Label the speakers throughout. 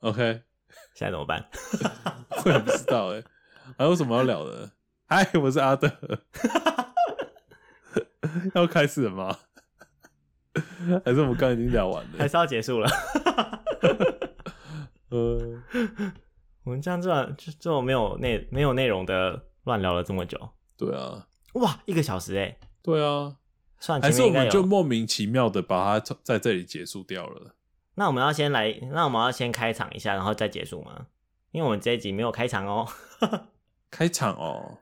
Speaker 1: OK，
Speaker 2: 现在怎么办？
Speaker 1: 我也不知道哎、还有什么要聊的？ 嗨，我是阿德。 要开始了吗？ 还是我们刚刚已经聊完
Speaker 2: 还
Speaker 1: 了？
Speaker 2: 是要结束了？
Speaker 1: 呃，
Speaker 2: 我们这样这样这这种没有内没有内容的乱聊了这么久，
Speaker 1: 对啊，
Speaker 2: 哇，一个小时哎、
Speaker 1: 对啊，
Speaker 2: 算
Speaker 1: 还
Speaker 2: 前
Speaker 1: 是
Speaker 2: 面
Speaker 1: 我
Speaker 2: 应该
Speaker 1: 们就
Speaker 2: 有。
Speaker 1: 莫名其妙的把它在这里结束掉了。
Speaker 2: 那我们要先来，那我们要先开场一下，然后再结束吗？因为我们这一集没有开场哦。
Speaker 1: 开场哦，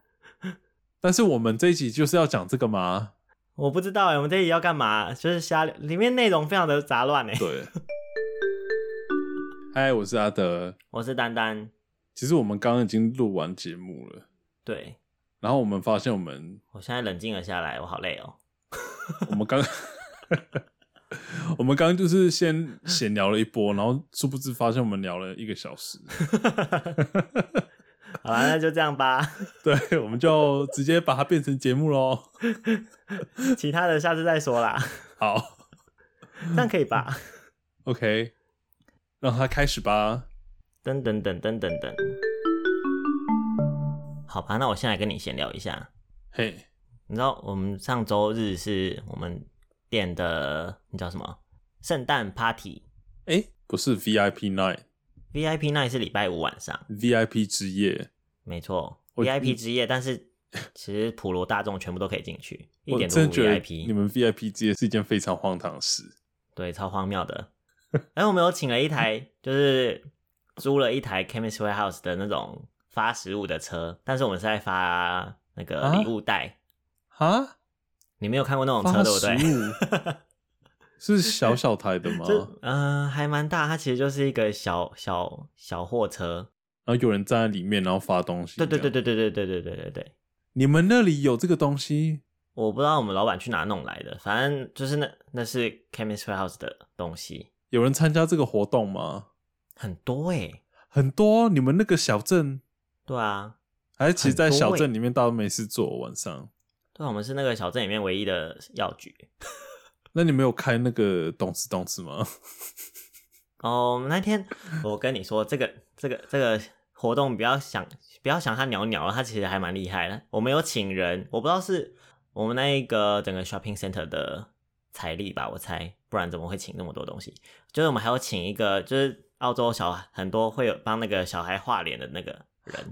Speaker 1: 但是我们这一集就是要讲这个吗？
Speaker 2: 我不知道哎、我们这一集要干嘛？就是瞎聊，里面内容非常的杂乱哎、
Speaker 1: 对。 嗨，我是阿德。
Speaker 2: 我是丹丹，
Speaker 1: 其实我们刚刚已经录完节目了，
Speaker 2: 对
Speaker 1: 然后我们发现我们
Speaker 2: 我现在冷静了下来，我好累哦。
Speaker 1: 我们刚 我们刚刚就是 先闲聊了一波，然后殊不知发现我们聊了一个小时，
Speaker 2: 好了，那就这样吧，
Speaker 1: 对，我们就直接把它变成节目喽。
Speaker 2: 其他的下次再说啦，
Speaker 1: 好
Speaker 2: 这样可以吧？
Speaker 1: ，OK，让它开始吧。
Speaker 2: 噔噔噔噔噔噔。好吧，那我先来跟你闲聊一下。
Speaker 1: 嘿、
Speaker 2: 你知道我们上周日是我们店的，你叫什么？圣诞 party
Speaker 1: 哎、不是 VIP night，VIP
Speaker 2: VIP night 是礼拜五晚上，
Speaker 1: 之夜，
Speaker 2: 没错
Speaker 1: 我
Speaker 2: ，VIP 之夜。但是其实普罗大众全部都可以进去，一
Speaker 1: 我
Speaker 2: 点都
Speaker 1: 真
Speaker 2: 不
Speaker 1: 的觉得你
Speaker 2: VIP，
Speaker 1: 们 VIP 之夜是一件非常荒唐的事。
Speaker 2: 对，超荒谬的。然后我们有请了一台，就是租了一台 Chemist Warehouse 的那种发食物的车，但是我们是在发那个
Speaker 1: 啊
Speaker 2: 礼物袋。
Speaker 1: 啊，
Speaker 2: 你没有看过那种车，
Speaker 1: 发
Speaker 2: 对不
Speaker 1: 食
Speaker 2: 对？
Speaker 1: 物 是小小台的吗？
Speaker 2: 就嗯、呃，还蛮大，它其实就是一个小小小货车。
Speaker 1: 然后有人站在里面，然后发东西。
Speaker 2: 对对
Speaker 1: 这
Speaker 2: 对
Speaker 1: 样，
Speaker 2: 对对对对对对对对，
Speaker 1: 你们那里有这个东西？
Speaker 2: 我不知道我们老板去哪弄来的，反正就是那那是 Chemist Warehouse 的东西，
Speaker 1: 有人参加这个活动吗？
Speaker 2: 很多诶、
Speaker 1: 很多，你们那个小镇，
Speaker 2: 对啊，
Speaker 1: 还是其实在
Speaker 2: 很多欸
Speaker 1: 小镇里面大家都没事做，晚上。
Speaker 2: 对啊，我们是那个小镇里面唯一的药局。
Speaker 1: 那你们有开那个懂吃懂吃吗？
Speaker 2: 哦，那天我跟你说，这个这个这个活动不要想不要想它鸟鸟，它其实还蛮厉害的。我们有请人，我不知道是我们那一个整个 shopping center 的财力吧，我猜，不然怎么会请那么多东西？就是我们还有请一个，就是澳洲小很多会有帮那个小孩画脸的那个人，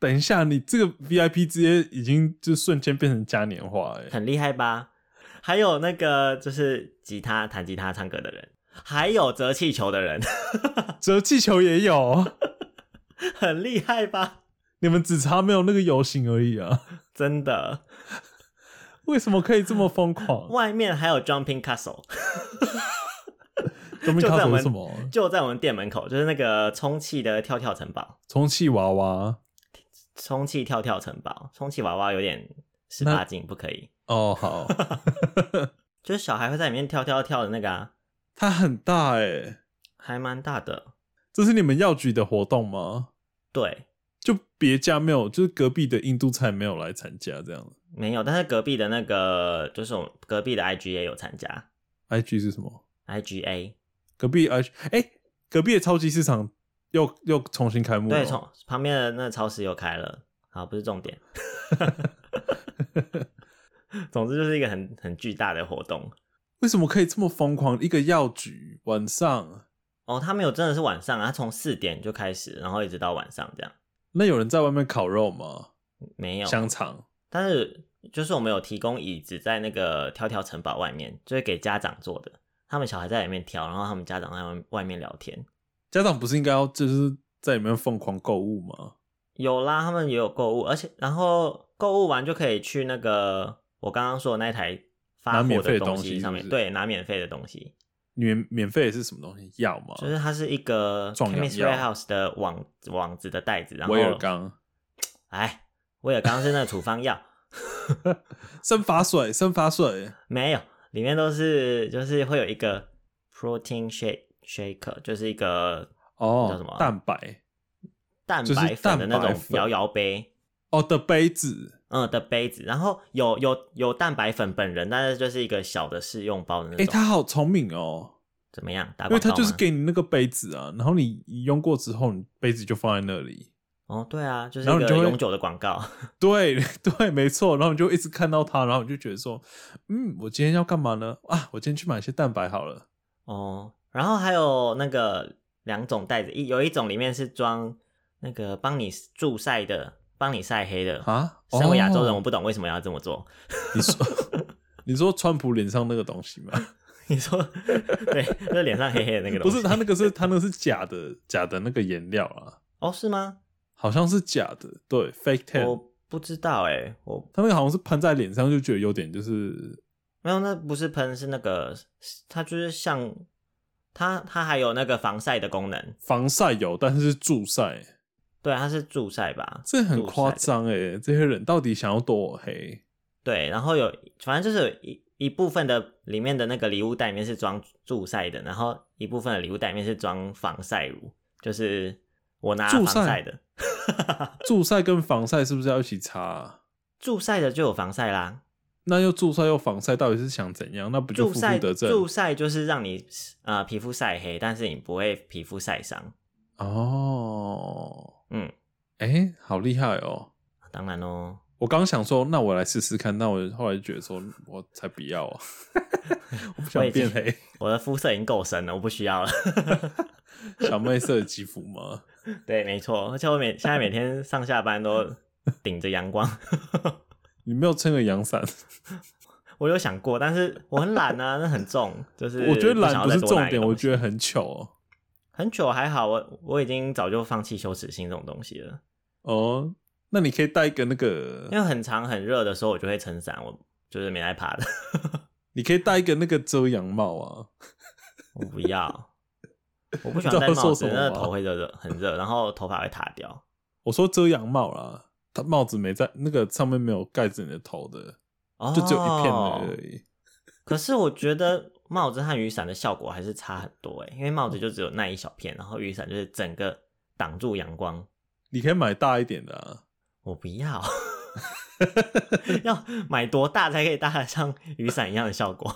Speaker 1: 等一下，你这个 VIP 直接已经就瞬间变成嘉年华 哎、
Speaker 2: 很厉害吧？还有那个就是吉他弹吉他唱歌的人，还有折气球的人，
Speaker 1: 折气球也有，
Speaker 2: 很厉害吧？
Speaker 1: 你们只差没有那个游行而已啊！
Speaker 2: 真的，
Speaker 1: 为什么可以这么疯狂？
Speaker 2: 外面还有 jumping castle。
Speaker 1: 中
Speaker 2: 就
Speaker 1: 间
Speaker 2: 在我
Speaker 1: 看
Speaker 2: 们
Speaker 1: 是什么？
Speaker 2: 就在我们店门口，就是那个充气的跳跳城堡，
Speaker 1: 充气娃娃
Speaker 2: 充气跳跳城堡，充气娃娃有点十
Speaker 1: 那
Speaker 2: 八禁，不可以。
Speaker 1: 哦， 好，
Speaker 2: 就是小孩会在里面跳跳跳的那个啊，
Speaker 1: 它很大哎、
Speaker 2: 还蛮大的。
Speaker 1: 这是你们药局的活动吗？
Speaker 2: 对，
Speaker 1: 就别家没有，就是隔壁的印度菜没有来参加这样。
Speaker 2: 没有，但是隔壁的那个就是我们隔壁的 IG 也有参加
Speaker 1: IG 是什么？
Speaker 2: ，IGA
Speaker 1: 隔壁 IG，哎、隔壁的超级市场又又重新开幕了。哦
Speaker 2: 对，从旁边的那个超市又开了。好，不是重点。总之就是一个很很巨大的活动
Speaker 1: 为什么可以这么疯狂？一个药局晚上，
Speaker 2: 哦，他没有真的是晚上啊，他从四点就开始，然后一直到晚上这样，
Speaker 1: 那有人在外面烤肉吗？
Speaker 2: 没有
Speaker 1: 香肠
Speaker 2: 但是就是我们有提供椅子在那个跳跳城堡外面，就是给家长坐的。他们小孩在里面跳，然后他们家长在外外面聊天。
Speaker 1: 家长不是应该要就是在里面疯狂购物吗？
Speaker 2: 有啦，他们也有购物，而且然后购物完就可以去那个我刚刚说的那一台发
Speaker 1: 拿免
Speaker 2: 货
Speaker 1: 费的
Speaker 2: 的
Speaker 1: 东
Speaker 2: 东
Speaker 1: 西
Speaker 2: 西上面，
Speaker 1: 是不是
Speaker 2: 对，拿免费的东西，
Speaker 1: 免免费的是什么东西？药吗？
Speaker 2: 就是它是一个
Speaker 1: 壮阳
Speaker 2: Chemist
Speaker 1: 药
Speaker 2: Warehouse 的网网子的袋子，然后
Speaker 1: 威尔，刚、
Speaker 2: 哎，威尔刚是那个处方药，
Speaker 1: 生发水、生发水，
Speaker 2: 没有，里面都是就是会有一个 protein shake shaker，就是一个叫什
Speaker 1: 哦
Speaker 2: 么，啊
Speaker 1: 蛋白
Speaker 2: 蛋
Speaker 1: 就是
Speaker 2: 白粉的那
Speaker 1: 蛋白
Speaker 2: 种
Speaker 1: 粉
Speaker 2: 摇摇杯，
Speaker 1: 哦的杯子。
Speaker 2: 嗯的杯子，然后有有有蛋白粉本人，但是就是一个小的试用包的那
Speaker 1: 哎、
Speaker 2: 种。
Speaker 1: 他好聪明哦！
Speaker 2: 怎么样？打
Speaker 1: 因为
Speaker 2: 广告
Speaker 1: 它
Speaker 2: 吗？
Speaker 1: 就是给你那个杯子啊，然后你你用过之后，你杯子就放在那里。
Speaker 2: 哦，对啊，就是
Speaker 1: 然后
Speaker 2: 一个
Speaker 1: 你就会
Speaker 2: 永久的广告。
Speaker 1: 对 对，没错。然后你就一直看到它，然后你就觉得说，嗯，我今天要干嘛呢？啊，我今天去买一些蛋白好 了。
Speaker 2: 哦，然后还有那个两种袋子，一有一种里面是装那个帮你助晒的，帮你晒黑的。
Speaker 1: 啊，
Speaker 2: 身为亚洲人，
Speaker 1: 哦
Speaker 2: 我不懂为什么要这么做。
Speaker 1: 你说 你说川普脸上那个东西吗？
Speaker 2: 你说，对，那脸上黑黑的 那个
Speaker 1: 不
Speaker 2: 东西，
Speaker 1: 是，他那个是他那个是假的，假的那个颜料啊，
Speaker 2: 哦，是吗？
Speaker 1: 好像是假的，对，fake tan。
Speaker 2: 我不知道哎、我
Speaker 1: 他那个好像是喷在脸上，就觉得有点就是
Speaker 2: 没有，那不是喷，是那个，它就是像它它还有那个防晒的功能，
Speaker 1: 防晒油，但是是助晒，
Speaker 2: 对，它是助晒吧？
Speaker 1: 这很
Speaker 2: 助晒
Speaker 1: 夸
Speaker 2: 的
Speaker 1: 张哎！这些人到底想要多黑？
Speaker 2: 对，然后有反正就是有一一部分的里面的那个礼物袋里面是装助晒的，然后一部分的礼物袋里面是装防晒乳，就是我拿
Speaker 1: 助晒
Speaker 2: 防晒的，
Speaker 1: 助晒跟防晒是不是要一起擦啊、
Speaker 2: 助晒的就有防晒啦。
Speaker 1: 那又助晒又防晒，到底是想怎样？那不就
Speaker 2: 助
Speaker 1: 负
Speaker 2: 晒
Speaker 1: 负得正
Speaker 2: 助晒就是让你呃皮肤晒黑，但是你不会皮肤晒伤。
Speaker 1: 哦？
Speaker 2: 嗯，
Speaker 1: 哎、好厉害哦！
Speaker 2: 当然哦，
Speaker 1: 我刚想说，那我来试试看，那我后来就觉得说，我才不要啊， 我不想变黑。
Speaker 2: 我的肤色已经够深了，我不需要了。
Speaker 1: 小妹色的肌肤吗？
Speaker 2: 对，没错，而且我每现在每天上下班都顶着阳光。
Speaker 1: 你没有撑个阳伞，
Speaker 2: 我有想过，但是我很懒啊，那很重，就是
Speaker 1: 我觉得
Speaker 2: 想
Speaker 1: 懒
Speaker 2: 要
Speaker 1: 不
Speaker 2: 再
Speaker 1: 是
Speaker 2: 多
Speaker 1: 重
Speaker 2: 拿一个
Speaker 1: 点，
Speaker 2: 东
Speaker 1: 我
Speaker 2: 西
Speaker 1: 觉得很糗哦
Speaker 2: 很久还好，我我已经早就放弃羞耻心这种东西了，
Speaker 1: 哦。哦，那你可以带一个那
Speaker 2: 因
Speaker 1: 个，
Speaker 2: 为很长很热的时候我就会撑伞，我就是没在怕的，
Speaker 1: 你可以带一个那个遮阳帽啊。
Speaker 2: 我不要，我不喜
Speaker 1: 你知道
Speaker 2: 欢戴帽
Speaker 1: 说
Speaker 2: 子
Speaker 1: 什，么吗
Speaker 2: 那个头会热热很热，然后头发会塌掉。
Speaker 1: 我说遮阳帽啦，它帽子没在那个上面没有盖着你的头的，
Speaker 2: 哦，
Speaker 1: 就只有一片而已。
Speaker 2: 可是我觉得帽子和雨伞的效果还是差很多欸诶，因为帽子就只有那一小片，然后雨伞就是整个挡住阳光。
Speaker 1: 你可以买大一点的啊。
Speaker 2: 我不要， 要买多大才可以搭得上雨伞一样的效果？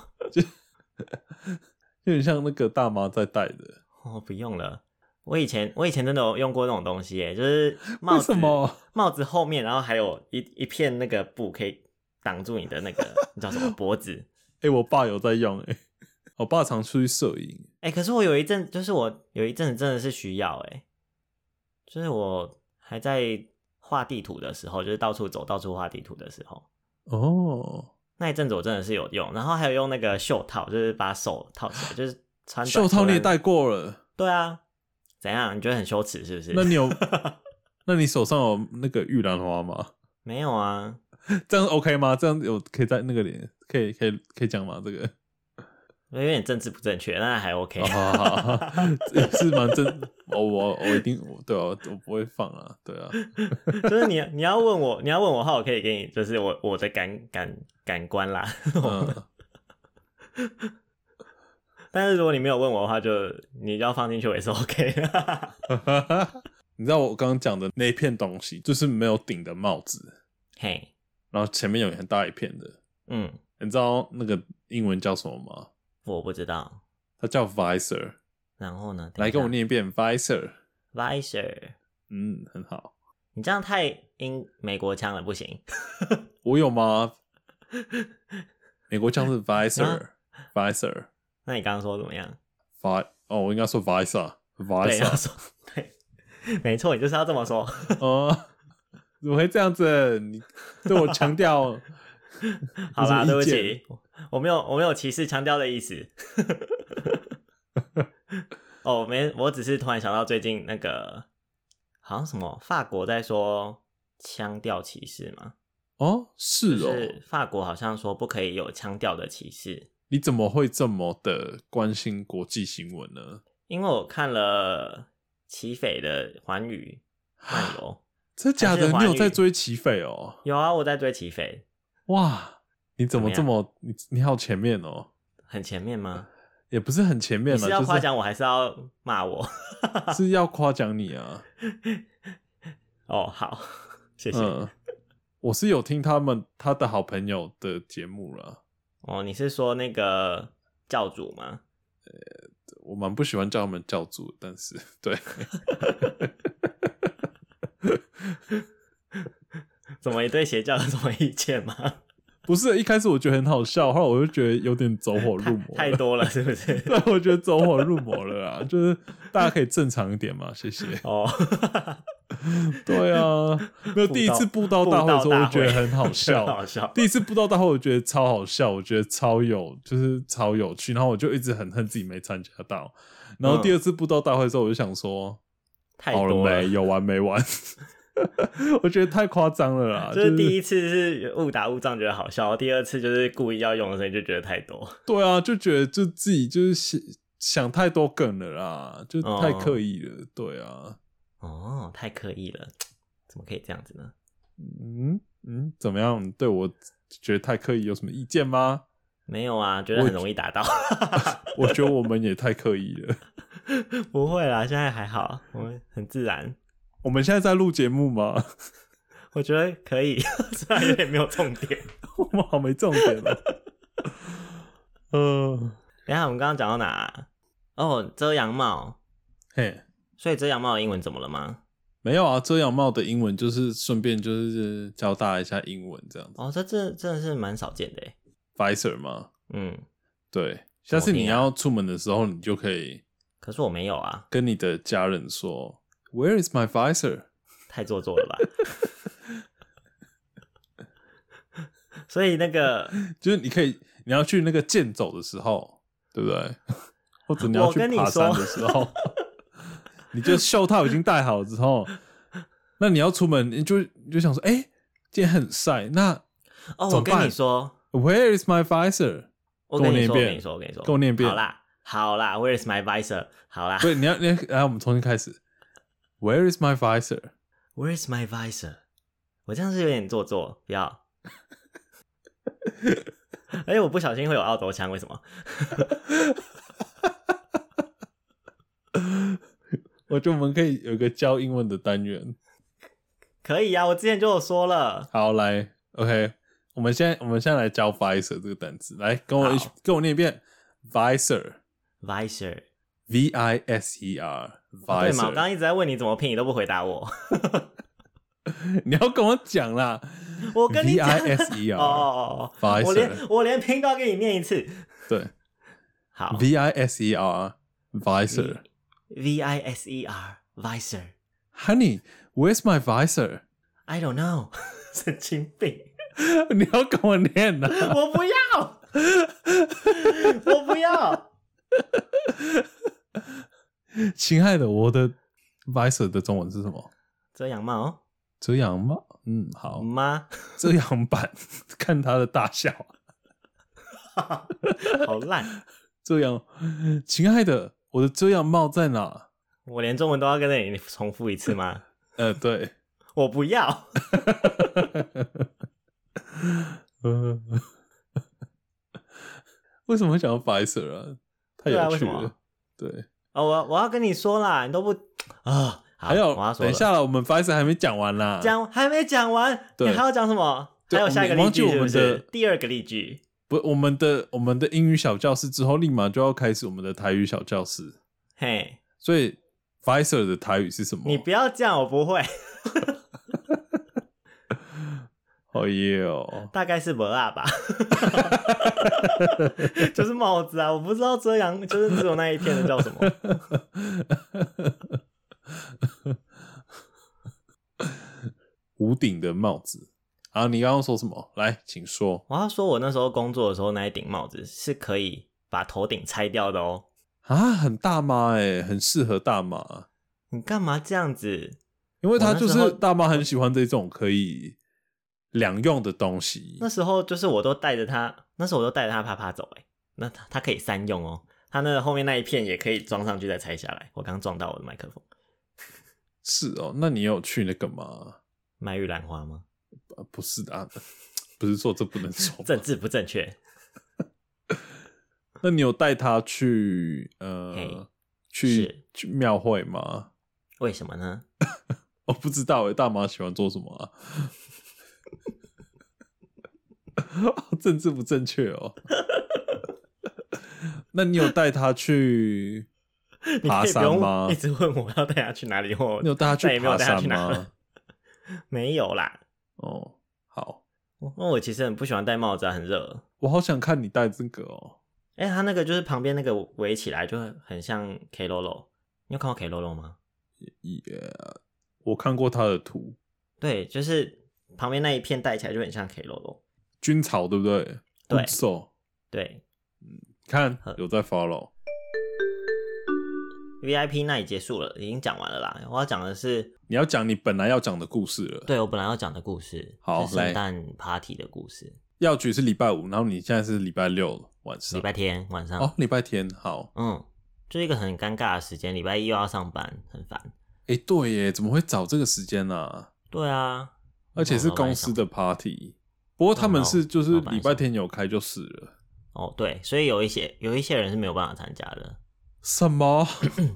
Speaker 1: 有点像那个大妈在戴的，
Speaker 2: 哦，不用了。我以前我以前真的有用过那种东西耶，就是帽
Speaker 1: 为
Speaker 2: 子
Speaker 1: 什么？
Speaker 2: 帽子后面，然后还有一一片那个布可以挡住你的那个你叫什么脖子。
Speaker 1: 哎、我爸有在用哎、 我爸常出去摄影，
Speaker 2: 哎、可是我有一阵，就是我有一阵子真的是需要哎，就是我还在画地图的时候，就是到处走到处画地图的时候，
Speaker 1: 哦，
Speaker 2: 那一阵子我真的是有用，然后还有用那个袖套，就是把手套起来，就是穿短
Speaker 1: 袖套你也
Speaker 2: 袖
Speaker 1: 戴过了，
Speaker 2: 对啊，怎样？你觉得很羞耻是不是？
Speaker 1: 那你有， 那你手上有那个玉兰花吗？
Speaker 2: 没有啊？
Speaker 1: 这样 OK 吗？这样有可以在那个脸，可以可以可以讲吗？这个哦
Speaker 2: 有点政治不正确，那还 OK。
Speaker 1: 好好好，好 也是蛮真，我我我一定我对啊，我不会放啊，对啊，
Speaker 2: 就是你你要问我，你要问我的话，我可以给你，就是我我的感感感官啦。
Speaker 1: 嗯，
Speaker 2: 但是如果你没有问我的话，就你要放进去我也是 OK。
Speaker 1: 你知道我刚刚讲的那一片东西，就是没有顶的帽子，
Speaker 2: 嘿，
Speaker 1: 然后前面有很大一片的，
Speaker 2: 嗯，
Speaker 1: 你知道那个英文叫什么吗？
Speaker 2: 我不知道。
Speaker 1: 它叫 visor，
Speaker 2: 然后呢？
Speaker 1: 来跟我念一遍 visor，
Speaker 2: ，Visor，
Speaker 1: 嗯，很好。
Speaker 2: 你这样太英美国腔了，不行。
Speaker 1: 我有吗？美国腔是
Speaker 2: 啊
Speaker 1: visor，visor，
Speaker 2: 那你刚刚说怎么样？
Speaker 1: vi 哦，我应该说 visor，visor，
Speaker 2: 对，啊要说对，没错，你就是要这么说。
Speaker 1: 哦，怎么会这样子？你对我强调，
Speaker 2: 好啦，对
Speaker 1: 有什么
Speaker 2: 不
Speaker 1: 意见
Speaker 2: 起，我没有我没有歧视强调的意思。哦，没，我只是突然想到最近那个好像什么法国在说腔调歧视嘛，
Speaker 1: 哦，是
Speaker 2: 就
Speaker 1: 哦，
Speaker 2: 是法国好像说不可以有腔调的歧视，
Speaker 1: 你怎么会这么的关心国际新闻呢？
Speaker 2: 因为我看了齐斐的《环宇漫游》，
Speaker 1: 真假
Speaker 2: 还
Speaker 1: 的？
Speaker 2: 是华
Speaker 1: 你
Speaker 2: 语
Speaker 1: 有在追齐匪哦？
Speaker 2: 有啊，我在追齐斐，
Speaker 1: 哇，你怎么这
Speaker 2: 怎么
Speaker 1: 么你你好前面哦？
Speaker 2: 很前面吗？
Speaker 1: 也不是很前面
Speaker 2: 你
Speaker 1: 了，
Speaker 2: 是要
Speaker 1: 就
Speaker 2: 夸
Speaker 1: 是
Speaker 2: 奖我还是要骂我？
Speaker 1: 是要夸奖你啊。
Speaker 2: 哦，好， 谢谢。
Speaker 1: 嗯，我是有听他们他的好朋友的节目了，
Speaker 2: 哦，你是说那个教主吗？
Speaker 1: 我蛮不喜欢叫他们教主，但是 对，
Speaker 2: 怎么你对邪教有什么意 见吗？
Speaker 1: 不是一开始我觉得很好笑，后来我就觉得有点走火入魔
Speaker 2: 太
Speaker 1: 了。
Speaker 2: 多了，是不 是？
Speaker 1: 对，我觉得走火入魔了啊！ 就是大家可以正常一点嘛，谢谢。
Speaker 2: 哦，
Speaker 1: 对啊，没有 第一次布道大会的时候，我觉得很好笑。
Speaker 2: 很好笑。
Speaker 1: 第一次布道大会，我觉得超好笑，我觉得超有，就是超有趣。然后我就一直很恨自己没参加到。然后第二次布道大会的时候，我就想说，
Speaker 2: 嗯太
Speaker 1: 好了
Speaker 2: 多
Speaker 1: 没，有完没完？ 我觉得太夸张了啦！
Speaker 2: 就
Speaker 1: 啊就是是
Speaker 2: 第一次是误打误撞觉得好笑，第二次就是故意要用的时候就觉得太多。
Speaker 1: 对啊，就觉得就自己就是想想太多梗了啦，就太
Speaker 2: 哦
Speaker 1: 刻意了。对啊，
Speaker 2: 哦，太刻意了，怎么可以这样子呢？
Speaker 1: 嗯嗯，怎么样？你对我觉得太刻意有什么意见吗？
Speaker 2: 没有啊，觉得很容易达到。
Speaker 1: 我觉得我们也太刻意了。
Speaker 2: 不会啦，现在还好，我们很自然。
Speaker 1: 我们现在在录节目吗？
Speaker 2: 我觉得可以， 虽然有点没有重点。
Speaker 1: 我们好没重点哦。呃，
Speaker 2: 等一下我们刚刚讲到哪啊、哦，遮阳帽。
Speaker 1: 嘿，
Speaker 2: 所以遮阳帽的英文怎么了吗？
Speaker 1: 没有啊，遮阳帽的英文就是顺便就是教大家一下英文这样子。
Speaker 2: 哦，这这真的是蛮少见的耶。欸
Speaker 1: Visor 嘛，
Speaker 2: 嗯，
Speaker 1: 对，下次
Speaker 2: 怎么
Speaker 1: 你
Speaker 2: 念啊
Speaker 1: 要出门的时候，你就可以
Speaker 2: 可是我没有啊，
Speaker 1: 跟你的家人说，Where is my visor？
Speaker 2: 太做作了吧。 所以那个，
Speaker 1: 就是你可以，你要去那个健走的时候，对不对？ 或者你要
Speaker 2: 我
Speaker 1: 去
Speaker 2: 跟你
Speaker 1: 爬山
Speaker 2: 说
Speaker 1: 的时候，你就袖套已经戴好之后，那你要出门，你就你就想说，哎、今天很晒，那怎
Speaker 2: 哦，我
Speaker 1: 么
Speaker 2: 跟你
Speaker 1: 办
Speaker 2: 说，
Speaker 1: Where is my visor？
Speaker 2: 我
Speaker 1: 跟
Speaker 2: 跟
Speaker 1: 我
Speaker 2: 你
Speaker 1: 念一
Speaker 2: 说，我
Speaker 1: 遍
Speaker 2: 跟你说，我跟你说，
Speaker 1: 跟我念一遍
Speaker 2: 好啦，好啦，Where is my visor？好啦
Speaker 1: 对，你要你要来，我们重新开始。Where is my visor？
Speaker 2: ，Where is my visor？我这样是有点做作，不要。 而且我不小心会有澳洲腔，为什么？
Speaker 1: 我觉得我们可以有一个教英文的单元。
Speaker 2: 可以啊，我之前就有说了，
Speaker 1: 好，来，OK，我们现在我们现在来教 visor 这个单词，来跟我一起
Speaker 2: 好
Speaker 1: 跟我念一遍 visor，v
Speaker 2: visor。
Speaker 1: i s e r
Speaker 2: 哦对嘛，我刚
Speaker 1: visor。
Speaker 2: 刚一直在问你怎么拼，你都不回答我。
Speaker 1: 你要跟我讲啦
Speaker 2: 我跟你
Speaker 1: ，v
Speaker 2: 讲
Speaker 1: i s e
Speaker 2: 哦
Speaker 1: r，
Speaker 2: 哦哦哦，
Speaker 1: Visor
Speaker 2: 我连我连拼都要给你念一次。
Speaker 1: 对
Speaker 2: 好
Speaker 1: ，v i s e r
Speaker 2: 嗯
Speaker 1: visor。
Speaker 2: V I S E R visor。
Speaker 1: Honey，where's my visor？
Speaker 2: I don't know，神 经病。
Speaker 1: 你要跟我念啊呐、
Speaker 2: 我不要， 我不要。
Speaker 1: 亲爱的，我的 visor 的中文是什么？
Speaker 2: 遮阳帽哦
Speaker 1: 遮阳帽。嗯，好，
Speaker 2: 吗？
Speaker 1: 遮阳板， 看它的大小。啊
Speaker 2: 好烂，
Speaker 1: 遮阳，亲爱的，我的遮阳帽在哪？
Speaker 2: 我连中文都要跟你重复一次吗？
Speaker 1: 呃，对，
Speaker 2: 我不要。
Speaker 1: 呃，为什么会讲到 visor 啊？太
Speaker 2: 对啊
Speaker 1: 有
Speaker 2: 为
Speaker 1: 趣
Speaker 2: 什么
Speaker 1: 了。对，
Speaker 2: 哦，我我要跟你说啦，你都不啊。好
Speaker 1: 还有
Speaker 2: 我要，说
Speaker 1: 等
Speaker 2: 了
Speaker 1: 一，下啦，我们 visor 还没讲完啦。
Speaker 2: 讲还没讲完，你
Speaker 1: 对
Speaker 2: 还要讲什么？
Speaker 1: 对
Speaker 2: 还有下一个
Speaker 1: 我们
Speaker 2: 例
Speaker 1: 忘记
Speaker 2: 句是不
Speaker 1: 我们
Speaker 2: 是
Speaker 1: 的？
Speaker 2: 第二个例句，
Speaker 1: 不，我们的我们的英语小教室之后，立马就要开始我们的台语小教室。
Speaker 2: 嘿，
Speaker 1: 所以 visor 的台语是什么？
Speaker 2: 你不要这样，我不会，
Speaker 1: 好耶哦！
Speaker 2: 大概是不辣吧， 就是帽子啊，我不知道遮阳，就是只有那一片的叫什么。
Speaker 1: 无顶的帽子啊！你刚刚说什么？来，请说。
Speaker 2: 我要说，我那时候工作的时候，那一顶帽子是可以把头顶拆掉的哦。
Speaker 1: 啊，很大妈哎、很适合大妈，
Speaker 2: 你干嘛这样子？
Speaker 1: 因为她
Speaker 2: 我那
Speaker 1: 就
Speaker 2: 时候
Speaker 1: 是大妈很喜欢这种可以两用的东西
Speaker 2: 那。时候就是我都带着它，那时候我都带着它啪啪走、欸，那它它可以三用哦。它那个后面那一片也可以装上去再拆下来。我刚撞到我的麦克风，
Speaker 1: 是哦，那你有去那个吗？
Speaker 2: 卖玉兰花吗？
Speaker 1: 啊，不是的啊， 不是说这不能说吗。
Speaker 2: 政治不 正确，
Speaker 1: 那你有带她去
Speaker 2: 嘿
Speaker 1: 呃去
Speaker 2: 是
Speaker 1: 去庙会吗？
Speaker 2: 为什么呢？
Speaker 1: 我不知道哎、大妈喜欢做什么啊？ 政治不正确哦。那你有带她去
Speaker 2: 你
Speaker 1: 爬
Speaker 2: 可以不
Speaker 1: 山吗
Speaker 2: 用一直问我要带他去哪里，或
Speaker 1: 你有带他
Speaker 2: 再也
Speaker 1: 去
Speaker 2: 没有
Speaker 1: 爬
Speaker 2: 带他去
Speaker 1: 山
Speaker 2: 哪
Speaker 1: 吗
Speaker 2: 了？？ 没有啦，
Speaker 1: 哦，好，
Speaker 2: 那我其实很不喜欢戴帽子啊，很热。
Speaker 1: 我好想看你戴这个哦。
Speaker 2: 哎、他那个就是旁边那个围起来，就很像 K Lolo。你有看过 K Lolo 吗？
Speaker 1: 也、我看过他的图，
Speaker 2: 对，就是旁边那一片戴起来就很像 K Lolo。
Speaker 1: 军草对不对？
Speaker 2: 对
Speaker 1: Good soul
Speaker 2: 对
Speaker 1: 看
Speaker 2: 呵
Speaker 1: 有在 follow。
Speaker 2: ，VIP 那里结束了，已经讲完了啦。我要讲的是，
Speaker 1: 你要讲你本来要讲的故事了。，
Speaker 2: 对我本来要讲的故事，
Speaker 1: 好
Speaker 2: 是
Speaker 1: 来
Speaker 2: 圣诞 party 的故事，
Speaker 1: 药局是礼拜五，然后你现在是礼拜六晚上。
Speaker 2: 礼拜天晚上。
Speaker 1: 哦，礼拜天好。
Speaker 2: 嗯，就一个很尴尬的时间，礼拜一又要上班，很烦。
Speaker 1: 哎、对耶，怎么会找这个时间呢、啊？
Speaker 2: 对啊，
Speaker 1: 而且是公司的 party，不过他们是就是礼拜天有开就是了。
Speaker 2: 哦，对，所以有一些有一些人是没有办法参加的。
Speaker 1: 什么？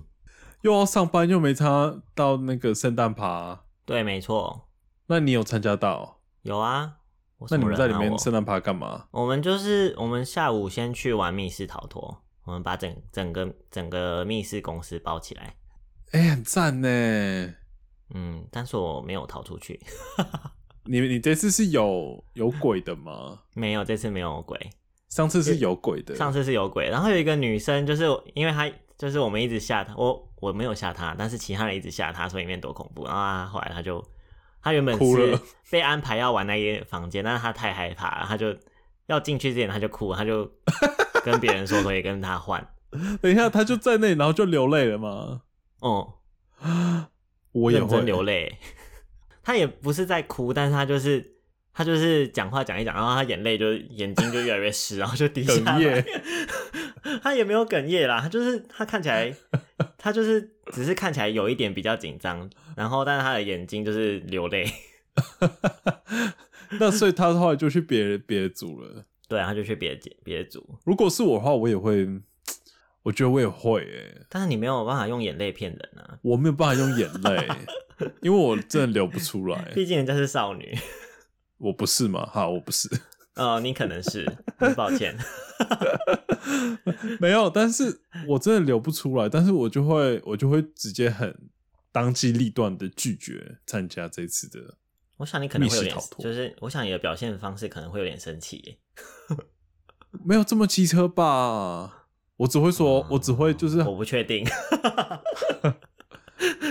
Speaker 1: 又要上班又没参加到那个圣诞趴？
Speaker 2: 对，没错，
Speaker 1: 那你有参加到？
Speaker 2: 有啊。我
Speaker 1: 那
Speaker 2: 什
Speaker 1: 你
Speaker 2: 么
Speaker 1: 们在里
Speaker 2: 人啊
Speaker 1: 面
Speaker 2: 我
Speaker 1: 圣诞趴干嘛？
Speaker 2: 我们就是我们下午先去玩密室逃脱，我们把整整个整个密室公司包起来。
Speaker 1: 哎、很赞呢！
Speaker 2: 嗯，但是我没有逃出去，
Speaker 1: 你你这次是有有鬼的吗？
Speaker 2: 没有，这次没有鬼。
Speaker 1: 上次是有鬼的，
Speaker 2: 上次是有鬼，然后有一个女生，就是因为她就是我们一直吓她，我我没有吓她，但是其他人一直吓她，所以里面多恐怖。然后她后来她就，她原本
Speaker 1: 哭
Speaker 2: 是
Speaker 1: 了
Speaker 2: 被安排要玩那个房间，但是她太害怕了，她就要进去之前她就哭了，她就跟别人说可以跟她换。
Speaker 1: 等一下他就在那里，然后就流泪了吗？
Speaker 2: 哦、
Speaker 1: 我也
Speaker 2: 认
Speaker 1: 会
Speaker 2: 真流泪。她也不是在哭，但是她就是她就是讲话讲一讲，然后她眼泪就眼睛就越来越湿，然后就滴下
Speaker 1: 哽
Speaker 2: 来
Speaker 1: 咽。
Speaker 2: 她也没有哽咽啦，她就是她看起来，她就是只是看起来有一点比较紧张，然后但是她的眼睛就是流泪。
Speaker 1: 那所以他后来就去别别组了。
Speaker 2: 对，她就去别的别的组，
Speaker 1: 如果是我的话，我也会，我觉得我也会诶、
Speaker 2: 但是你没有办法用眼泪骗人啊，
Speaker 1: 我没有办法用眼泪，因为我真的流不出来。
Speaker 2: 毕竟人家是少女。
Speaker 1: 我不是嘛？好，我不是，
Speaker 2: 哦，你可能是，很抱歉。
Speaker 1: 没有，但是我真的流不出来，但是我就会，我就会直接很当机立断的拒绝参加这次的。
Speaker 2: 我想你可能会有点
Speaker 1: 密室逃，脱
Speaker 2: 就是我想你的表现方式可能会有点生气耶。
Speaker 1: 没有这么机车吧？我只会说，我只会就是，啊
Speaker 2: 我不确定。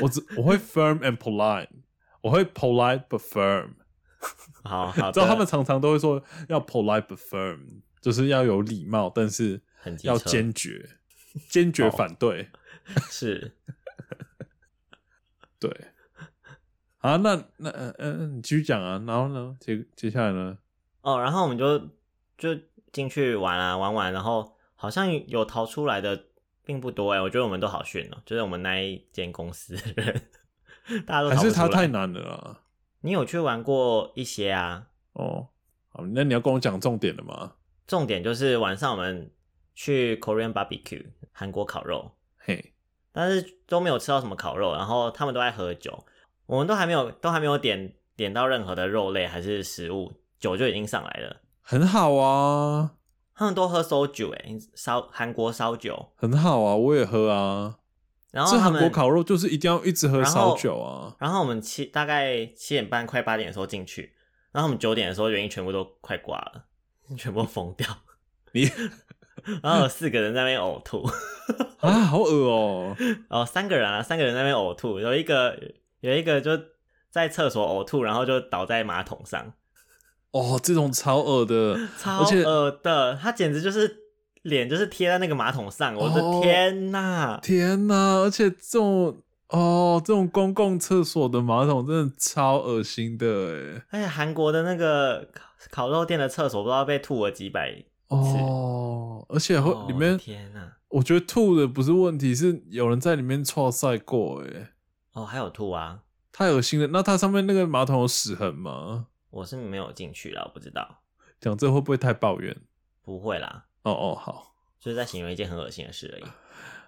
Speaker 1: 我只我会 firm and polite，我会 polite but firm。
Speaker 2: 好好
Speaker 1: 知道
Speaker 2: 的，
Speaker 1: 他们常常都会说要 polite but firm，就是要有礼貌，但是
Speaker 2: 很机车
Speaker 1: 要坚决，坚决反对。
Speaker 2: 是
Speaker 1: 对，啊，那那嗯嗯，呃你继续讲啊。然后呢，接接下来呢？
Speaker 2: 哦。然后我们就就进去玩啊，玩玩，然后好像有逃出来的并不多哎、我觉得我们都好逊哦、就是我们那一间公司的人， 大家都
Speaker 1: 还
Speaker 2: 逃不
Speaker 1: 是
Speaker 2: 出
Speaker 1: 他
Speaker 2: 来。
Speaker 1: 太难了啊啦？
Speaker 2: 你有去玩过一些啊？
Speaker 1: 哦，好，那你要跟我讲重点了吗？
Speaker 2: 重点就是晚上我们去 Korean barbecue 韩国烤肉，
Speaker 1: 嘿，
Speaker 2: 但是都没有吃到什么烤肉，啊然后他们都在喝酒，我们都还没有都还没有点点到任何的肉类还是食物，酒就已经上来了。
Speaker 1: 很好啊，
Speaker 2: 他们都喝烧酒哎，烧韩国烧酒，
Speaker 1: 很好啊，我也喝啊。
Speaker 2: 然后
Speaker 1: 这
Speaker 2: 他
Speaker 1: 韩
Speaker 2: 们
Speaker 1: 国烤肉就是一定要一直喝
Speaker 2: 然
Speaker 1: 烧
Speaker 2: 后
Speaker 1: 酒啊。
Speaker 2: 然后我们七大概七点半快八点的时候进去，然后我们九点的时候原因全部都快挂了， 全部疯掉，
Speaker 1: 你
Speaker 2: 然后有四个人在那边呕吐，
Speaker 1: 啊，好恶哦、
Speaker 2: 哦三个人啊，三个人在那边呕吐，有一个有一个就在厕所呕吐，然后就倒在马桶上，
Speaker 1: 哦，这种超恶的，
Speaker 2: 超
Speaker 1: 而且
Speaker 2: 恶的，他简直就是脸就是贴在那个马桶上，我的
Speaker 1: 哦
Speaker 2: 天呐！
Speaker 1: 天哪！而且这种哦，这种公共厕所的马桶真的超恶心的哎。
Speaker 2: 而且韩国的那个烤烤肉店的厕所，不知道被吐了几百
Speaker 1: 哦，而且会
Speaker 2: 哦
Speaker 1: 里面，
Speaker 2: 天呐，
Speaker 1: 我觉得吐的不是问题，是有人在里面臭赛过哎，
Speaker 2: 哦，还有吐啊！
Speaker 1: 太恶心了。那它上面那个马桶有屎痕吗？
Speaker 2: 我是没有进去了，我不知道，
Speaker 1: 讲这会不会太抱怨？
Speaker 2: 不会啦，
Speaker 1: 哦哦，好
Speaker 2: 就是在形容一件很恶心的事而已。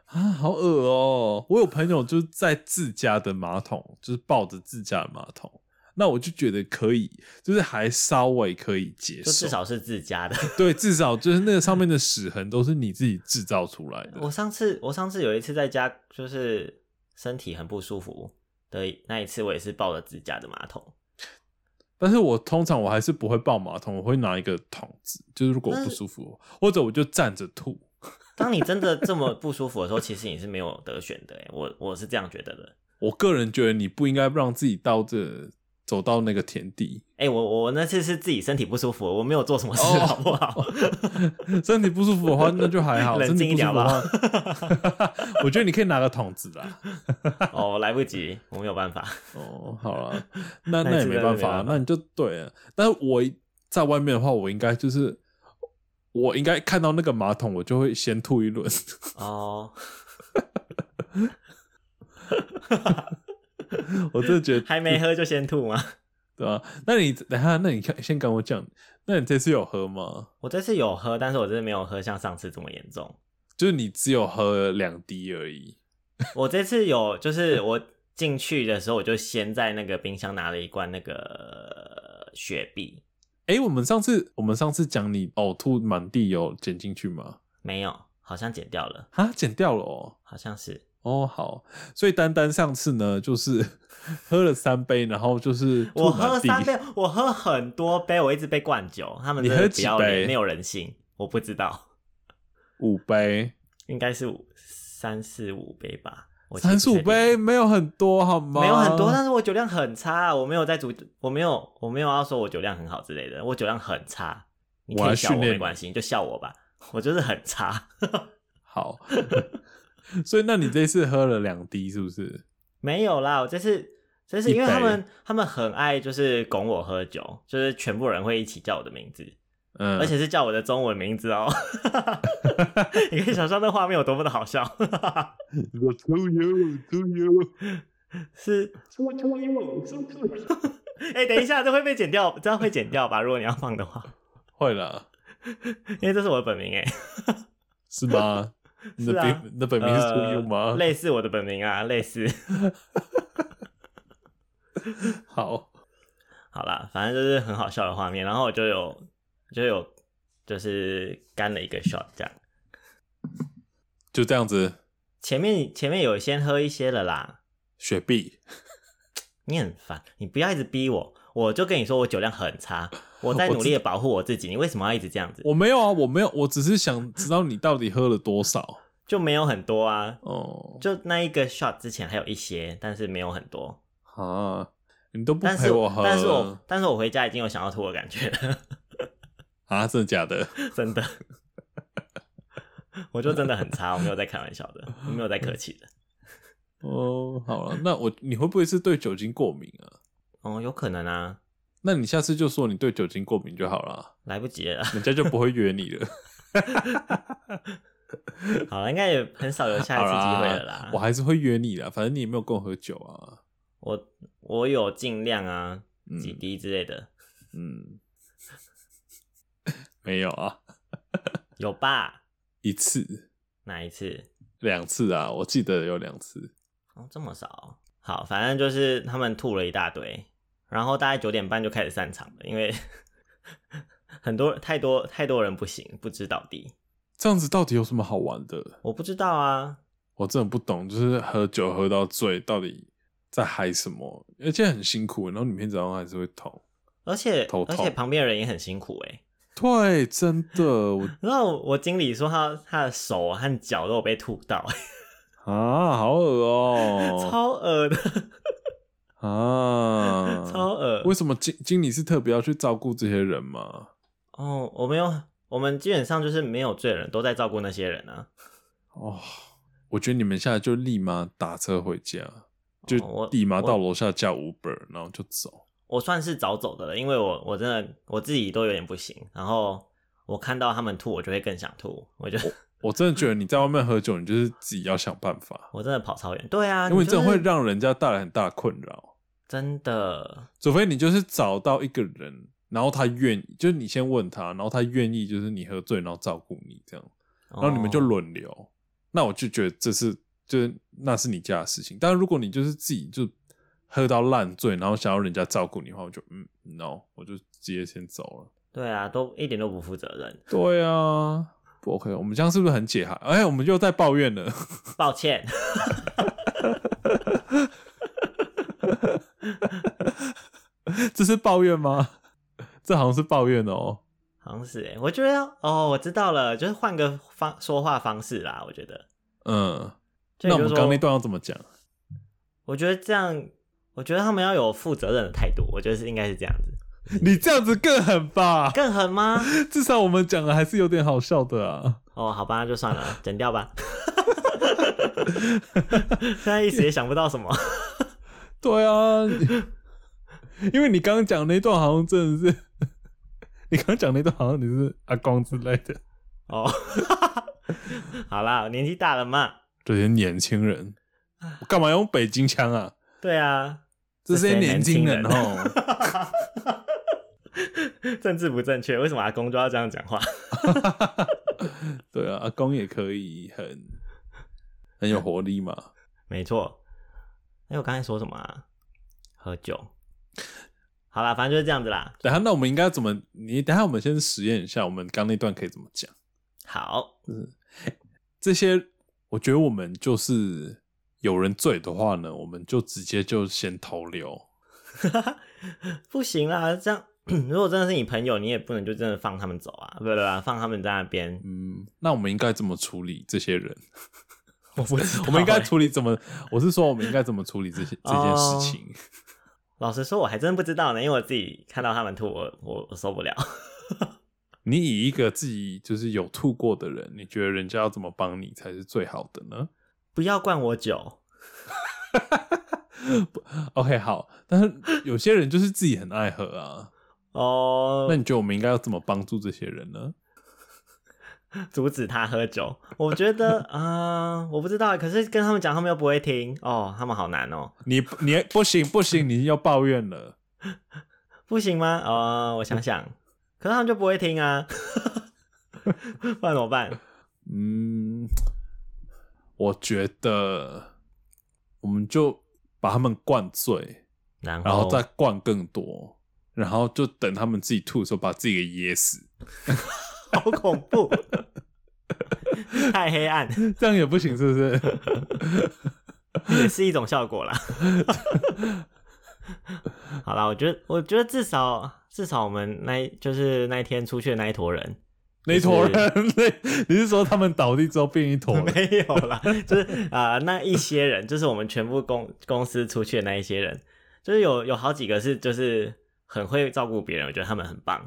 Speaker 1: 啊，好恶哦、我有朋友就是在自家的马桶，就是抱着自家的马桶，那我就觉得可以，就是还稍微可以接受，
Speaker 2: 就至少是自家的。
Speaker 1: 对，至少就是那个上面的屎痕都是你自己制造出来的。
Speaker 2: 我上次我上次有一次在家就是身体很不舒服的那一次，我也是抱着自家的马桶。
Speaker 1: 但是我通常我还是不会抱马桶，我会拿一个桶子，就是如果我不舒服，或者我就站着吐。
Speaker 2: 当你真的这么不舒服的时候，其实你是没有得选的、欸。我我是这样觉得的。
Speaker 1: 我个人觉得你不应该让自己到这走到那个田地，
Speaker 2: 哎、我我那次是自己身体不舒服，我没有做什么事，
Speaker 1: 哦
Speaker 2: 好 不好？
Speaker 1: 身体不舒服的话那就还好，
Speaker 2: 冷静一
Speaker 1: 身
Speaker 2: 点
Speaker 1: 体不舒服的 话，我觉得你可以拿个桶子啦。
Speaker 2: 哦，来不及，我没有办法。
Speaker 1: 哦，好了，那
Speaker 2: 那
Speaker 1: 那也
Speaker 2: 真的
Speaker 1: 没办
Speaker 2: 没
Speaker 1: 法，
Speaker 2: 办法
Speaker 1: 那你就对了。但是我在外面的话，我应该就是我应该看到那个马桶，我就会先吐一轮。
Speaker 2: 哦，
Speaker 1: 我真的觉得
Speaker 2: 还没喝就先吐吗？
Speaker 1: 对啊，那你等一下，那你看，先跟我讲，那你这次有喝吗？
Speaker 2: 我这次有喝，但是我真的没有喝像上次这么严重。
Speaker 1: 就是你只有喝了两滴而已。
Speaker 2: 我这次有，就是我进去的时候，我就先在那个冰箱拿了一罐那个雪碧，
Speaker 1: 哎、我们上次我们上次讲你呕吐满地有捡进去吗？
Speaker 2: 没有，好像减掉了，
Speaker 1: 啊，捡掉了哦。
Speaker 2: 好像是。
Speaker 1: 哦，好，所以丹丹上次呢，就是 喝了三杯，然后就是吐
Speaker 2: 我喝
Speaker 1: 满地
Speaker 2: 三杯，我喝很多杯，我一直被灌酒，他们
Speaker 1: 你
Speaker 2: 真的
Speaker 1: 喝
Speaker 2: 不
Speaker 1: 几
Speaker 2: 要脸，
Speaker 1: 杯
Speaker 2: 没有人性。我不知道，
Speaker 1: 五杯，
Speaker 2: 应该是五三四五杯吧，我其实
Speaker 1: 三
Speaker 2: 不
Speaker 1: 十五
Speaker 2: 确定
Speaker 1: 杯没有很多好吗？
Speaker 2: 没有很多，但是我酒量很差，啊我没有在主，我没有，我没有要说我酒量很好之类的，我酒量很差。你
Speaker 1: 我
Speaker 2: 可以
Speaker 1: 来
Speaker 2: 笑
Speaker 1: 训
Speaker 2: 我
Speaker 1: 练
Speaker 2: 没
Speaker 1: 你
Speaker 2: 关系，你就笑我吧，我就是很差。
Speaker 1: 好。 所以那你这次喝了两滴是不是？
Speaker 2: 没有啦，我这次这是
Speaker 1: 一
Speaker 2: 因为他
Speaker 1: 杯
Speaker 2: 们他们很爱就是拱我喝酒，就是全部人会一起叫我的名字，
Speaker 1: 嗯，
Speaker 2: 而且是叫我的中文名 字哦。你可以想象那画面有多么的好笑，
Speaker 1: 我出油出油，
Speaker 2: 是。哎、等一下，这会被剪掉，这样会剪掉吧？如果你要放的话，
Speaker 1: 会了
Speaker 2: 因为这是我的本名哎、
Speaker 1: 是 吗？你的
Speaker 2: 是
Speaker 1: 本、
Speaker 2: 啊
Speaker 1: 你的本名是出油
Speaker 2: 呃
Speaker 1: 吗？
Speaker 2: 类似我的本名啊，类似。
Speaker 1: 好，
Speaker 2: 好啦，反正就是很好笑的画面，然后我就有就有就是干了一个 shot 这样。
Speaker 1: 就这样子。
Speaker 2: 前面前面有先喝一些了啦，
Speaker 1: 雪碧，
Speaker 2: 你很烦，你不要一直逼我，我就跟你说我酒量很差，我在
Speaker 1: 我
Speaker 2: 努力的保护我自己，你为什么要一直这样子？
Speaker 1: 我没有啊，我没有，我只是想知道你到底喝了多少。
Speaker 2: 就没有很多啊，
Speaker 1: 哦，
Speaker 2: 就那一个 shot 之前还有一些，但是没有很多。
Speaker 1: 啊，你都不
Speaker 2: 但
Speaker 1: 陪
Speaker 2: 是
Speaker 1: 喝，
Speaker 2: 但是我但是我回家已经有想要吐的感觉了，
Speaker 1: 啊，真的假的？
Speaker 2: 真的。 我就真的很差，我没有在开玩笑的，我没有在客气的。
Speaker 1: 哦，好了，那我你会不会是对酒精过敏啊？
Speaker 2: 哦，有可能啊，
Speaker 1: 那你下次就说你对酒精过敏就好了，
Speaker 2: 来不及了。
Speaker 1: 人家就不会约你了。
Speaker 2: 好了，应该也很少有 下
Speaker 1: 好
Speaker 2: 一次机会了
Speaker 1: 啦
Speaker 2: 啦。，
Speaker 1: 我还是会约你的，反正你也没有跟我喝酒啊。
Speaker 2: 我我有尽量啊，
Speaker 1: 嗯
Speaker 2: 几滴之类的，
Speaker 1: 嗯， 没有啊，
Speaker 2: 有吧？
Speaker 1: 一次、
Speaker 2: 哪一次？
Speaker 1: 两次啊，我记得有两次。
Speaker 2: 哦，这么少？好，反正就是他们吐了一大堆，然后大概九点半就开始散场了，因为 很多太多太多人不行，不知倒地。
Speaker 1: 这样子到底有什么好玩的？
Speaker 2: 我不知道啊，
Speaker 1: 我真的不懂，就是喝酒喝到醉到底在嗨什么？而且很辛苦，然后你明天早上还是会痛。
Speaker 2: 而且
Speaker 1: 头
Speaker 2: 而
Speaker 1: 痛
Speaker 2: 且旁边的人也很辛苦哎、
Speaker 1: 对，真的，我
Speaker 2: 然后我经理说他他的手和脚都有被吐到、
Speaker 1: 啊，好恶哦、
Speaker 2: 超恶的，
Speaker 1: 啊，
Speaker 2: 超恶。
Speaker 1: 为什么经经理是特别要去照顾这些人吗？
Speaker 2: 哦，我没有，我们基本上就是没有罪人，都在照顾那些人啊。
Speaker 1: 哦，我觉得你们现在就立马打车回家，就
Speaker 2: 哦我
Speaker 1: 立马到
Speaker 2: 我
Speaker 1: 楼下叫 Uber，然后就走。
Speaker 2: 我算是早走的了，因为我我真的我自己都有点不行，然后我看到他们吐，我就会更想吐，我就
Speaker 1: 我真的觉得你在外面喝酒，你就是自己要想办法，
Speaker 2: 我真的跑超远。对啊，
Speaker 1: 因为
Speaker 2: 你
Speaker 1: 这
Speaker 2: 就
Speaker 1: 样会
Speaker 2: 是
Speaker 1: 让人家带来很大的困扰。
Speaker 2: 真的
Speaker 1: 除非你就是找到一个人，然后他愿意，就是你先问他，然后他愿意，就是你喝醉，然后照顾你这样。
Speaker 2: 哦，
Speaker 1: 然后你们就轮流。那我就觉得这是就是那是你家的事情，但是如果你就是自己就喝到烂醉，然后想要人家照顾你的话，我就嗯 no，我就直接先走了。
Speaker 2: 对啊，都一点都不负责任，
Speaker 1: 对啊，不 OK，我们这样是不是很解寒？哎、我们又在抱怨了。
Speaker 2: 抱歉。
Speaker 1: 这是抱怨吗？ 这好像是抱怨哦。
Speaker 2: 好像是哎、我觉得哦，我知道了，就是换个方说话方式啦。我觉得，
Speaker 1: 嗯，
Speaker 2: 就
Speaker 1: 那我
Speaker 2: 比
Speaker 1: 们
Speaker 2: 如
Speaker 1: 刚刚那
Speaker 2: 说，
Speaker 1: 段要怎么讲？
Speaker 2: 我觉得这样，我觉得他们要有负责任的态度。我觉得是应该是这样子，
Speaker 1: 你这样子更狠吧？
Speaker 2: 更狠吗？
Speaker 1: 至少我们讲的还是有点好笑的啊。
Speaker 2: 哦，好吧，那就算了，剪掉吧。 现在一时也想不到什么。
Speaker 1: 对啊，因为你刚刚讲那段好像真的是， 你刚刚讲那段好像你是阿光之类的，
Speaker 2: 哦， 好啦，年纪大了嘛。
Speaker 1: 这些年轻人，我干嘛用北京腔啊？
Speaker 2: 对啊，
Speaker 1: 这些年轻人
Speaker 2: 这些
Speaker 1: 哦，
Speaker 2: 政治不正确，为什么阿公就要这样讲话？
Speaker 1: 对啊，阿公也可以很很有活力嘛。
Speaker 2: 没错。哎、我刚才说什么、啊？喝酒。好啦，反正就是这样子啦。
Speaker 1: 等一下，那我们应该怎么？你等一下，我们先实验一下，我们刚那段可以怎么讲？
Speaker 2: 好，
Speaker 1: 这些，我觉得我们就是有人醉的话呢，我们就直接就先投流。
Speaker 2: 不行啦，这样如果真的是你朋友，你也不能就真的放他们走啊，不不不，放他们在那边。
Speaker 1: 嗯，那我们应该怎么处理这些人？
Speaker 2: 我不知道
Speaker 1: 我们应该
Speaker 2: 欸
Speaker 1: 处理怎么？我是说，我们应该怎么处理这些这件事情？
Speaker 2: 老实说，我还真不知道呢，因为我自己看到他们吐，我我我受不了。
Speaker 1: 你以一个自己就是有吐过的人，你觉得人家要怎么帮你才是最好的呢
Speaker 2: 不要灌我酒，
Speaker 1: ？OK，好，但是有些人就是自己很爱喝啊，
Speaker 2: 哦
Speaker 1: 那，你觉得我们应该要怎么帮助这些人呢？
Speaker 2: 阻止他喝酒。我觉得， 啊、我不知道，可是跟他们讲，他们又不会听哦，他们好难哦，
Speaker 1: 你你不行不行，你要抱怨了。
Speaker 2: 不行吗？哦，我想想，可是他们就不会听 啊，不然怎么办？
Speaker 1: 嗯，我觉得我们就把他们灌醉，
Speaker 2: 然后
Speaker 1: 然后再灌更多，然后就等他们自己吐的时候把自己给噎死，
Speaker 2: 好恐 怖，太黑暗，
Speaker 1: 这样也不行，是不是？
Speaker 2: 也是一种效果啦。 好啦，我觉得，我觉得至少至少我们那一就是那一天出去的那一坨人，
Speaker 1: 那一坨人， 那你是说他们倒地之后变一坨人？
Speaker 2: 没有啦，就是啊、那一些人，就是我们全部公公司出去的那一些人，就是有有好几个是就是很会照顾别人，我觉得他们很棒，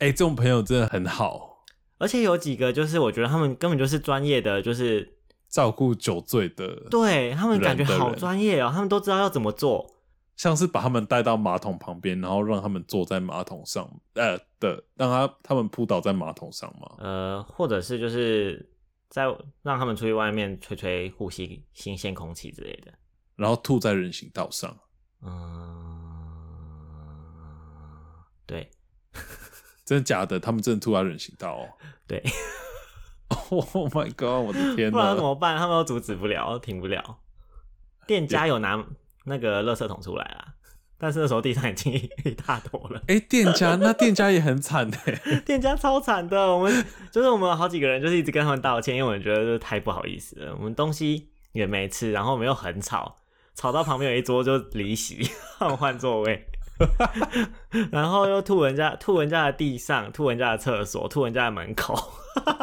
Speaker 1: 哎、这种朋友真的很好，
Speaker 2: 而且有几个就是我觉得他们根本就是专业的，就是
Speaker 1: 照顾酒醉的，
Speaker 2: 对他们感觉
Speaker 1: 人的人
Speaker 2: 好专业哦，他们都知道要怎么做。
Speaker 1: 像是把他们带到马桶旁边，然后让他们坐在马桶上，呃的，让他他们扑倒在马桶上吗？
Speaker 2: 呃，或者是就是在让他们出去外面吹吹呼吸新鲜空气之类的。
Speaker 1: 然后吐在人行道上。
Speaker 2: 嗯，对
Speaker 1: 真的假的？他们真的吐在人行道哦
Speaker 2: 对，
Speaker 1: ！Oh my god！我的天
Speaker 2: 不然怎
Speaker 1: 哪！
Speaker 2: 么办？他们又阻止不了，停不了。店家有拿那个垃圾桶出来啦，但是那时候地上已经 一一大坨了。
Speaker 1: 哎、店家那店家也很惨 哎。
Speaker 2: 店家超惨的，我们就是我们好几个人就是一直跟他们道歉，因为我们觉得就是太不好意思了，我们东西也没吃，然后我们又很吵，吵到旁边有一桌就离席，让我们换座位，然后又吐人家吐人家的地上，吐人家的厕所，吐人家的门口，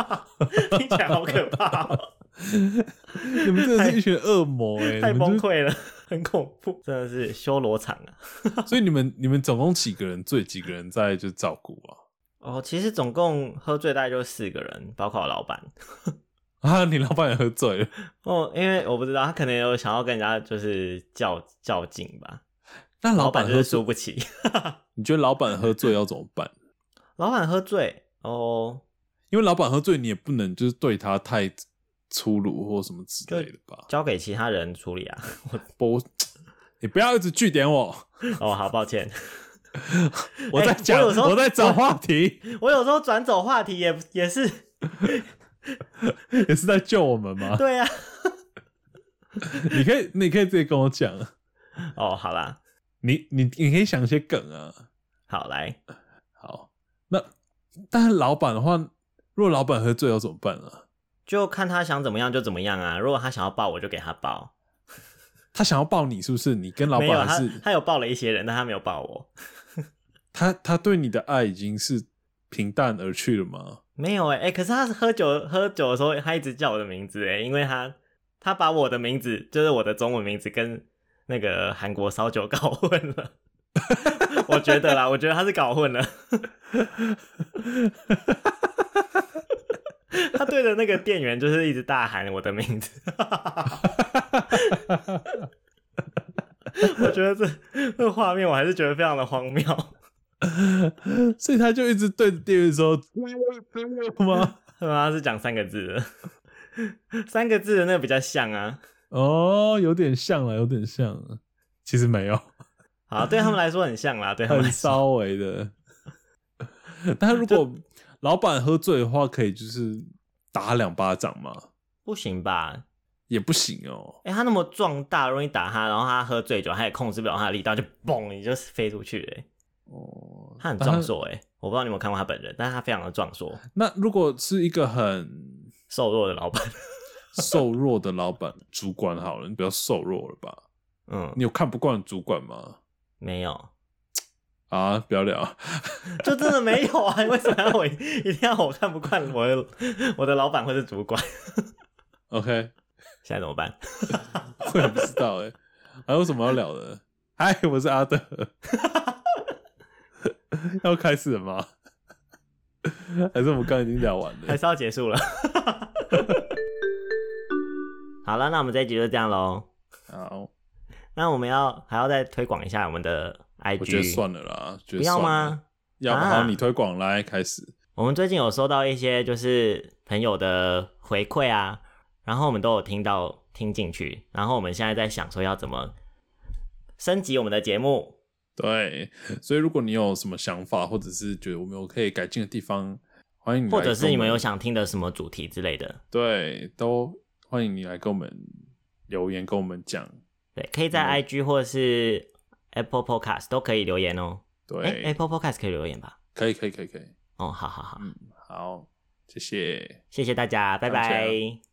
Speaker 2: 听起来好可怕、哦。
Speaker 1: 你们真的是一群恶魔哎！
Speaker 2: 太
Speaker 1: 你们
Speaker 2: 崩
Speaker 1: 就
Speaker 2: 溃了，很恐怖，真的是修罗场啊！
Speaker 1: 所以你们你们总共几个人醉？几个人在就照顾啊？
Speaker 2: 哦，其实总共喝醉大概就四个人，包括我老板。
Speaker 1: 啊，你老板也喝醉了，
Speaker 2: 哦，因为我不知道他可能有想要跟人家就是较较劲吧，
Speaker 1: 那老
Speaker 2: 老
Speaker 1: 板
Speaker 2: 板就
Speaker 1: 喝
Speaker 2: 是
Speaker 1: 醉，
Speaker 2: 输不起。
Speaker 1: 你觉得老板喝醉要怎么办？
Speaker 2: 老板喝醉哦，
Speaker 1: 因为老板喝醉，你也不能就是对他太粗鲁或什么之类的 吧？
Speaker 2: 交给其他人处理啊。
Speaker 1: 不，你不要一直据点我，
Speaker 2: 哦，好抱歉， 哎
Speaker 1: 我在讲，
Speaker 2: 我有时候
Speaker 1: 我在找话题，
Speaker 2: 我有时候转走话题也也是
Speaker 1: 也是在救我们吗？
Speaker 2: 对啊。
Speaker 1: 你可以，你可以直接跟我讲。啊
Speaker 2: 哦，好啦，
Speaker 1: 你你你可以想一些梗啊。
Speaker 2: 好来，
Speaker 1: 好，那但是老板的话，如果老板喝醉要怎么办啊？
Speaker 2: 就看他想怎么样就怎么样啊。如果他想要抱，我就给他抱。
Speaker 1: 他想要抱你是不是？你跟老
Speaker 2: 没有
Speaker 1: 板还
Speaker 2: 他
Speaker 1: 是，
Speaker 2: 他有抱了一些人，但他没有抱我。
Speaker 1: 他他对你的爱已经是平淡而去了吗？
Speaker 2: 没有哎、欸、可是他喝酒喝酒的时候，他一直叫我的名字哎、因为他他把我的名字，就是我的中文名字跟那个韩国烧酒搞混了。 我觉得啦，我觉得他是搞混了。他对着那个店员就是一直大喊我的名字， 我觉得这这个画面我还是觉得非常的荒谬。
Speaker 1: 所以他就一直对着店员说吗？
Speaker 2: 他是讲三个字的，三个字的那个比较像啊。
Speaker 1: 哦，有点像了，有点像了。其实没有，
Speaker 2: 好，对他们来说很像啦，对他们来
Speaker 1: 很
Speaker 2: 说
Speaker 1: 稍微的。但如果老板喝醉的话，可以就是打两巴掌吗？
Speaker 2: 不行吧？
Speaker 1: 也不行哦。
Speaker 2: 哎、他那么壮大，容易打他，然后他喝醉酒，他也控制不了他的力道，就嘣，你就飞出去了欸、
Speaker 1: 哦，
Speaker 2: 他很壮硕哎、我不知道你有没有看过他本人，但是他非常的壮硕，
Speaker 1: 那如果是一个很
Speaker 2: 瘦弱的老板。
Speaker 1: 瘦弱的老板、主管好了，你比较瘦弱了吧？
Speaker 2: 嗯，
Speaker 1: 你有看不惯的主管吗？
Speaker 2: 没有，
Speaker 1: 啊，不要聊。
Speaker 2: 就真的没有啊！为 什么要我一定要我看不惯我的我的老板或是主管？
Speaker 1: OK，
Speaker 2: 现在怎么办？
Speaker 1: 我也不知道哎、还有什么要聊的？嗨，我是阿德。 要开始了吗？还是我们刚刚已经聊完
Speaker 2: 还
Speaker 1: 了？
Speaker 2: 是要结束了？ 好了，那我们这一集就这样喽。
Speaker 1: 好，
Speaker 2: 那我们要还要再推广一下我们的 IG，
Speaker 1: 我觉得算了啦，觉得
Speaker 2: 不要
Speaker 1: 算了
Speaker 2: 吗？？
Speaker 1: 要不
Speaker 2: 啊
Speaker 1: 好，你推广来开始。
Speaker 2: 我们最近有收到一些就是朋友的回馈啊，然后我们都有听到听进去，然后我们现在在想说要怎么升级我们的节目。
Speaker 1: 对，所以如果你有什么想法，或者是觉得我们有可以改进的地方，欢迎你来跟
Speaker 2: 或
Speaker 1: 我们，
Speaker 2: 者是你们有想听的什么主题之类的，
Speaker 1: 对，都欢迎你来跟我们留言，跟我们讲。
Speaker 2: 对，可以
Speaker 1: 嗯
Speaker 2: 在 IG 或者是 Apple Podcast 都可以留言哦。
Speaker 1: 对，
Speaker 2: 哎、a p p l e Podcast 可以留言吧？
Speaker 1: 可以，可以，可以，可以。
Speaker 2: 哦，好好好，
Speaker 1: 嗯，好，谢谢。
Speaker 2: 谢谢大家，拜
Speaker 1: 感
Speaker 2: 拜。
Speaker 1: 谢啊